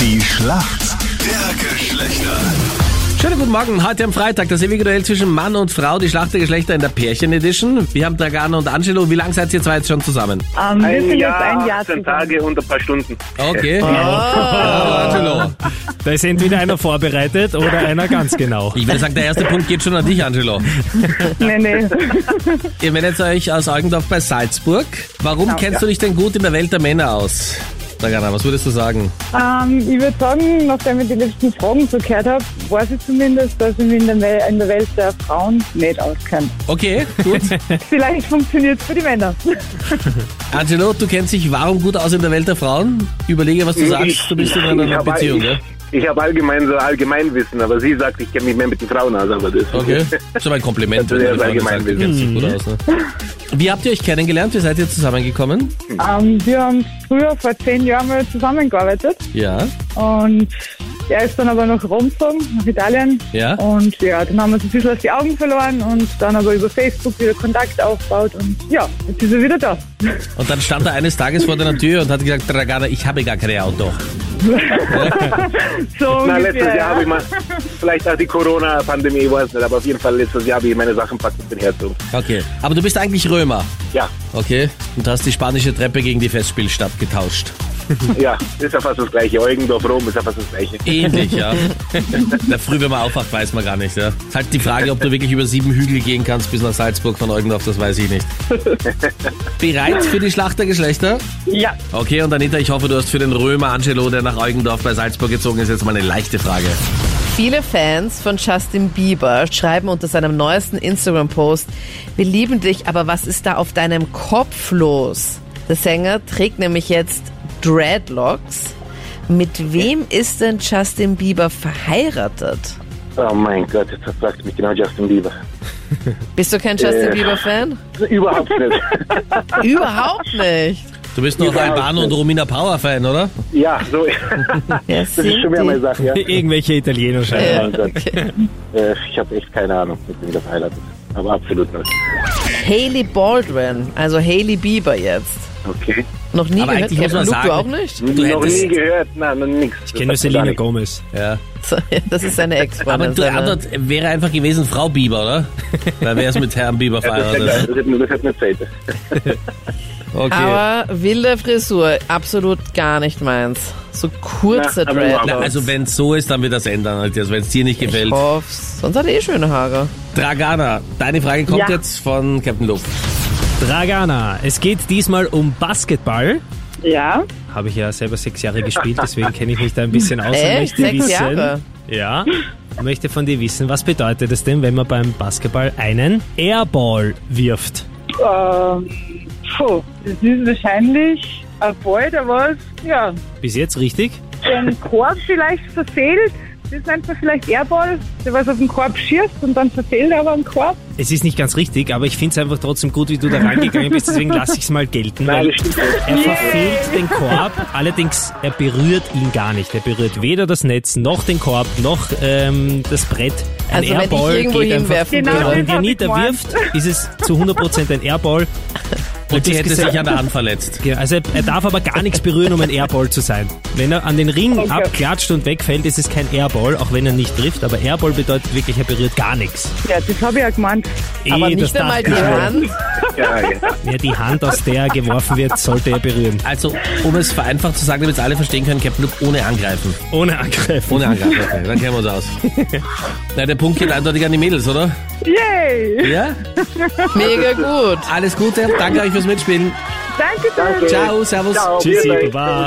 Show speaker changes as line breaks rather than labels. Die Schlacht der Geschlechter.
Schönen guten Morgen, heute am Freitag, das ewige Duell zwischen Mann und Frau, die Schlacht der Geschlechter in der Pärchen-Edition. Wir haben Dragana und Angelo, wie lange seid ihr zwei jetzt schon zusammen?
Ähm, wir sind jetzt ein Jahr
18
zusammen.
Tage und ein paar Stunden.
Okay. Oh, Angelo.
Da ist entweder einer vorbereitet oder einer ganz genau.
Ich würde sagen, der erste Punkt geht schon an dich, Angelo.
Nee, nee.
Ihr meldet euch aus Eugendorf bei Salzburg. Warum
Genau,
kennst du dich denn gut in der Welt der Männer aus? Dragana, was würdest du sagen?
ähm, ich würde sagen, nachdem ich die letzten Fragen so gehört habe, weiß ich zumindest, dass ich mich in der, Wel in der Welt der Frauen nicht auskenne.
Okay, gut.
Vielleicht funktioniert es für die Männer.
Angelo, du kennst dich warum gut aus in der Welt der Frauen? Überlege, was du sagst, du bist in
ich
einer
hab-
Beziehung,
ich,
ne?
Ich habe allgemein so Allgemeinwissen, aber sie sagt, ich kenne mich mehr mit den Frauen aus, aber das
Okay, ist aber ein Kompliment,
Das
wenn du
ist ja
davon sagst, du
allgemein Mhm.
kennst dich gut aus. Ne? Wie habt ihr euch kennengelernt? Wie seid ihr zusammengekommen?
ähm, wir haben früher vor zehn Jahren mal zusammengearbeitet
Ja,
und er ist dann aber nach Rom gezogen, nach Italien.
Ja.
Und ja, dann haben wir uns ein bisschen aus die Augen verloren und dann aber über Facebook wieder Kontakt aufgebaut und ja, jetzt ist er wieder da.
und dann stand er eines Tages vor deiner Tür und hat gesagt, Dragana, ich habe gar kein Auto.
So
Na,
ungefähr,
letztes
ja.
Jahr habe ich mal, vielleicht auch die Corona-Pandemie, ich weiß nicht, aber auf jeden Fall letztes Jahr habe ich meine Sachen packt mit dem Herz um.
Okay, aber du bist eigentlich Römer,
Ja,
okay? Und hast die spanische Treppe gegen die Festspielstadt getauscht.
ja, ist ja fast das Gleiche. Eugendorf, Rom ist ja fast das Gleiche.
Ähnlich, ja. Da früh, wenn man aufwacht, weiß man gar nicht, ja. Ist halt die Frage, ob du wirklich über sieben Hügel gehen kannst bis nach Salzburg von Eugendorf, das weiß ich nicht. Bereit für die Schlacht der Geschlechter?
Ja,
Okay, und Anita, ich hoffe, du hast für den Römer Angelo, der nach Eugendorf bei Salzburg gezogen ist, jetzt mal eine leichte Frage.
Viele Fans von Justin Bieber schreiben unter seinem neuesten Instagram-Post, wir lieben dich, aber was ist da auf deinem Kopf los? Der Sänger trägt nämlich jetzt Dreadlocks. Mit wem ist denn Justin Bieber verheiratet?
Oh mein Gott, jetzt fragt mich genau Justin Bieber.
Bist du kein Justin
Äh.
Bieber-Fan?
Überhaupt nicht.
Überhaupt nicht.
Du bist noch
Überhaupt
Albano und
nicht.
Romina Power Fan, oder?
ja, so,
Wer
das ist
sind
schon wieder
die?
meine Sache, ja.
Irgendwelche Italiener scheinbar.
Ja,
Mein Gott.
okay.
Äh, Ich habe echt keine Ahnung, mit wem das heiratet. Aber absolut nicht.
Hailey Baldwin, also Hailey Bieber jetzt.
Okay.
Noch nie
Aber
gehört. Äh,
eigentlich muss man
Luke, du auch
sagen-
nicht?
Du
noch
hättest-
nie gehört, nein, noch nix.
Ich kenne nur Selena Gomez.
Ja.
So, ja, Das ist seine Ex-Freundin.
Aber die
seine-
Antwort wäre einfach gewesen Frau Bieber, oder? Dann wäre es mit Herrn Bieber
Das
verheiratet.
hätte eine Zeit.
Okay.
Aber wilde Frisur, absolut gar nicht meins. So kurze
Na, aber
Dreadlocks.
wow.
Also wenn es so ist, dann wird das ändern. Also wenn es dir nicht
ich
gefällt.
hoff's. Sonst hat er eh schöne Haare.
Dragana, deine Frage kommt
Ja.
jetzt von Captain Luke.
Dragana, es geht diesmal um Basketball.
ja.
Habe ich ja selber sechs Jahre gespielt, deswegen kenne ich mich da ein bisschen aus. und
Echt?
möchte
Sechs
wissen,
Jahre?
Ja. und Möchte von dir wissen, was bedeutet es denn, wenn man beim Basketball einen Airball wirft?
Ähm, puh, das ist wahrscheinlich ein Ball, der was, ja,
Bis jetzt richtig?
den Korb vielleicht verfehlt. Das nennt man vielleicht Airball, der was auf den Korb schießt und dann verfehlt er aber den Korb.
Es ist nicht ganz richtig, aber ich finde es einfach trotzdem gut, wie du da rangegangen bist, deswegen lasse ich es mal gelten.
Nein,
weil
das stimmt nicht.
Er verfehlt den Korb, allerdings er berührt ihn gar nicht. Er berührt weder das Netz noch den Korb noch ähm, das Brett. Ein
Also wenn ich
Airball
irgendwo
geht einfach,
hinwerfen
genau,
würde.
wenn
Genau,
Janita
das hab ich
wirft, ist es zu 100% ein Airball.
Und sie
das
hätte
gesagt-
sich an der Hand verletzt.
Ja, Also er, er darf aber gar nichts berühren, um ein Airball zu sein. Wenn er an den Ring
Okay.
abklatscht und wegfällt, ist es kein Airball, auch wenn er nicht trifft. Aber Airball bedeutet wirklich, er berührt gar nichts.
Ja, das habe ich ja gemeint.
Aber
Eh, das
nicht einmal
dachte
die
ich mir.
Hand.
Ja, ja.
Ja, die Hand, aus der er geworfen wird, sollte er berühren.
Also, um es vereinfacht zu sagen, damit es alle verstehen können, Captain Luke ohne angreifen.
Ohne Angriff.
Ohne Angriff, okay, dann kennen wir uns aus. Na, der Punkt geht eindeutig an die Mädels, oder?
Yay!
Ja?
Mega gut.
Alles Gute, danke euch fürs Mitspielen.
Danke, danke.
Ciao, servus.
Ciao,
Tschüssi,
vielen Dank.
baba.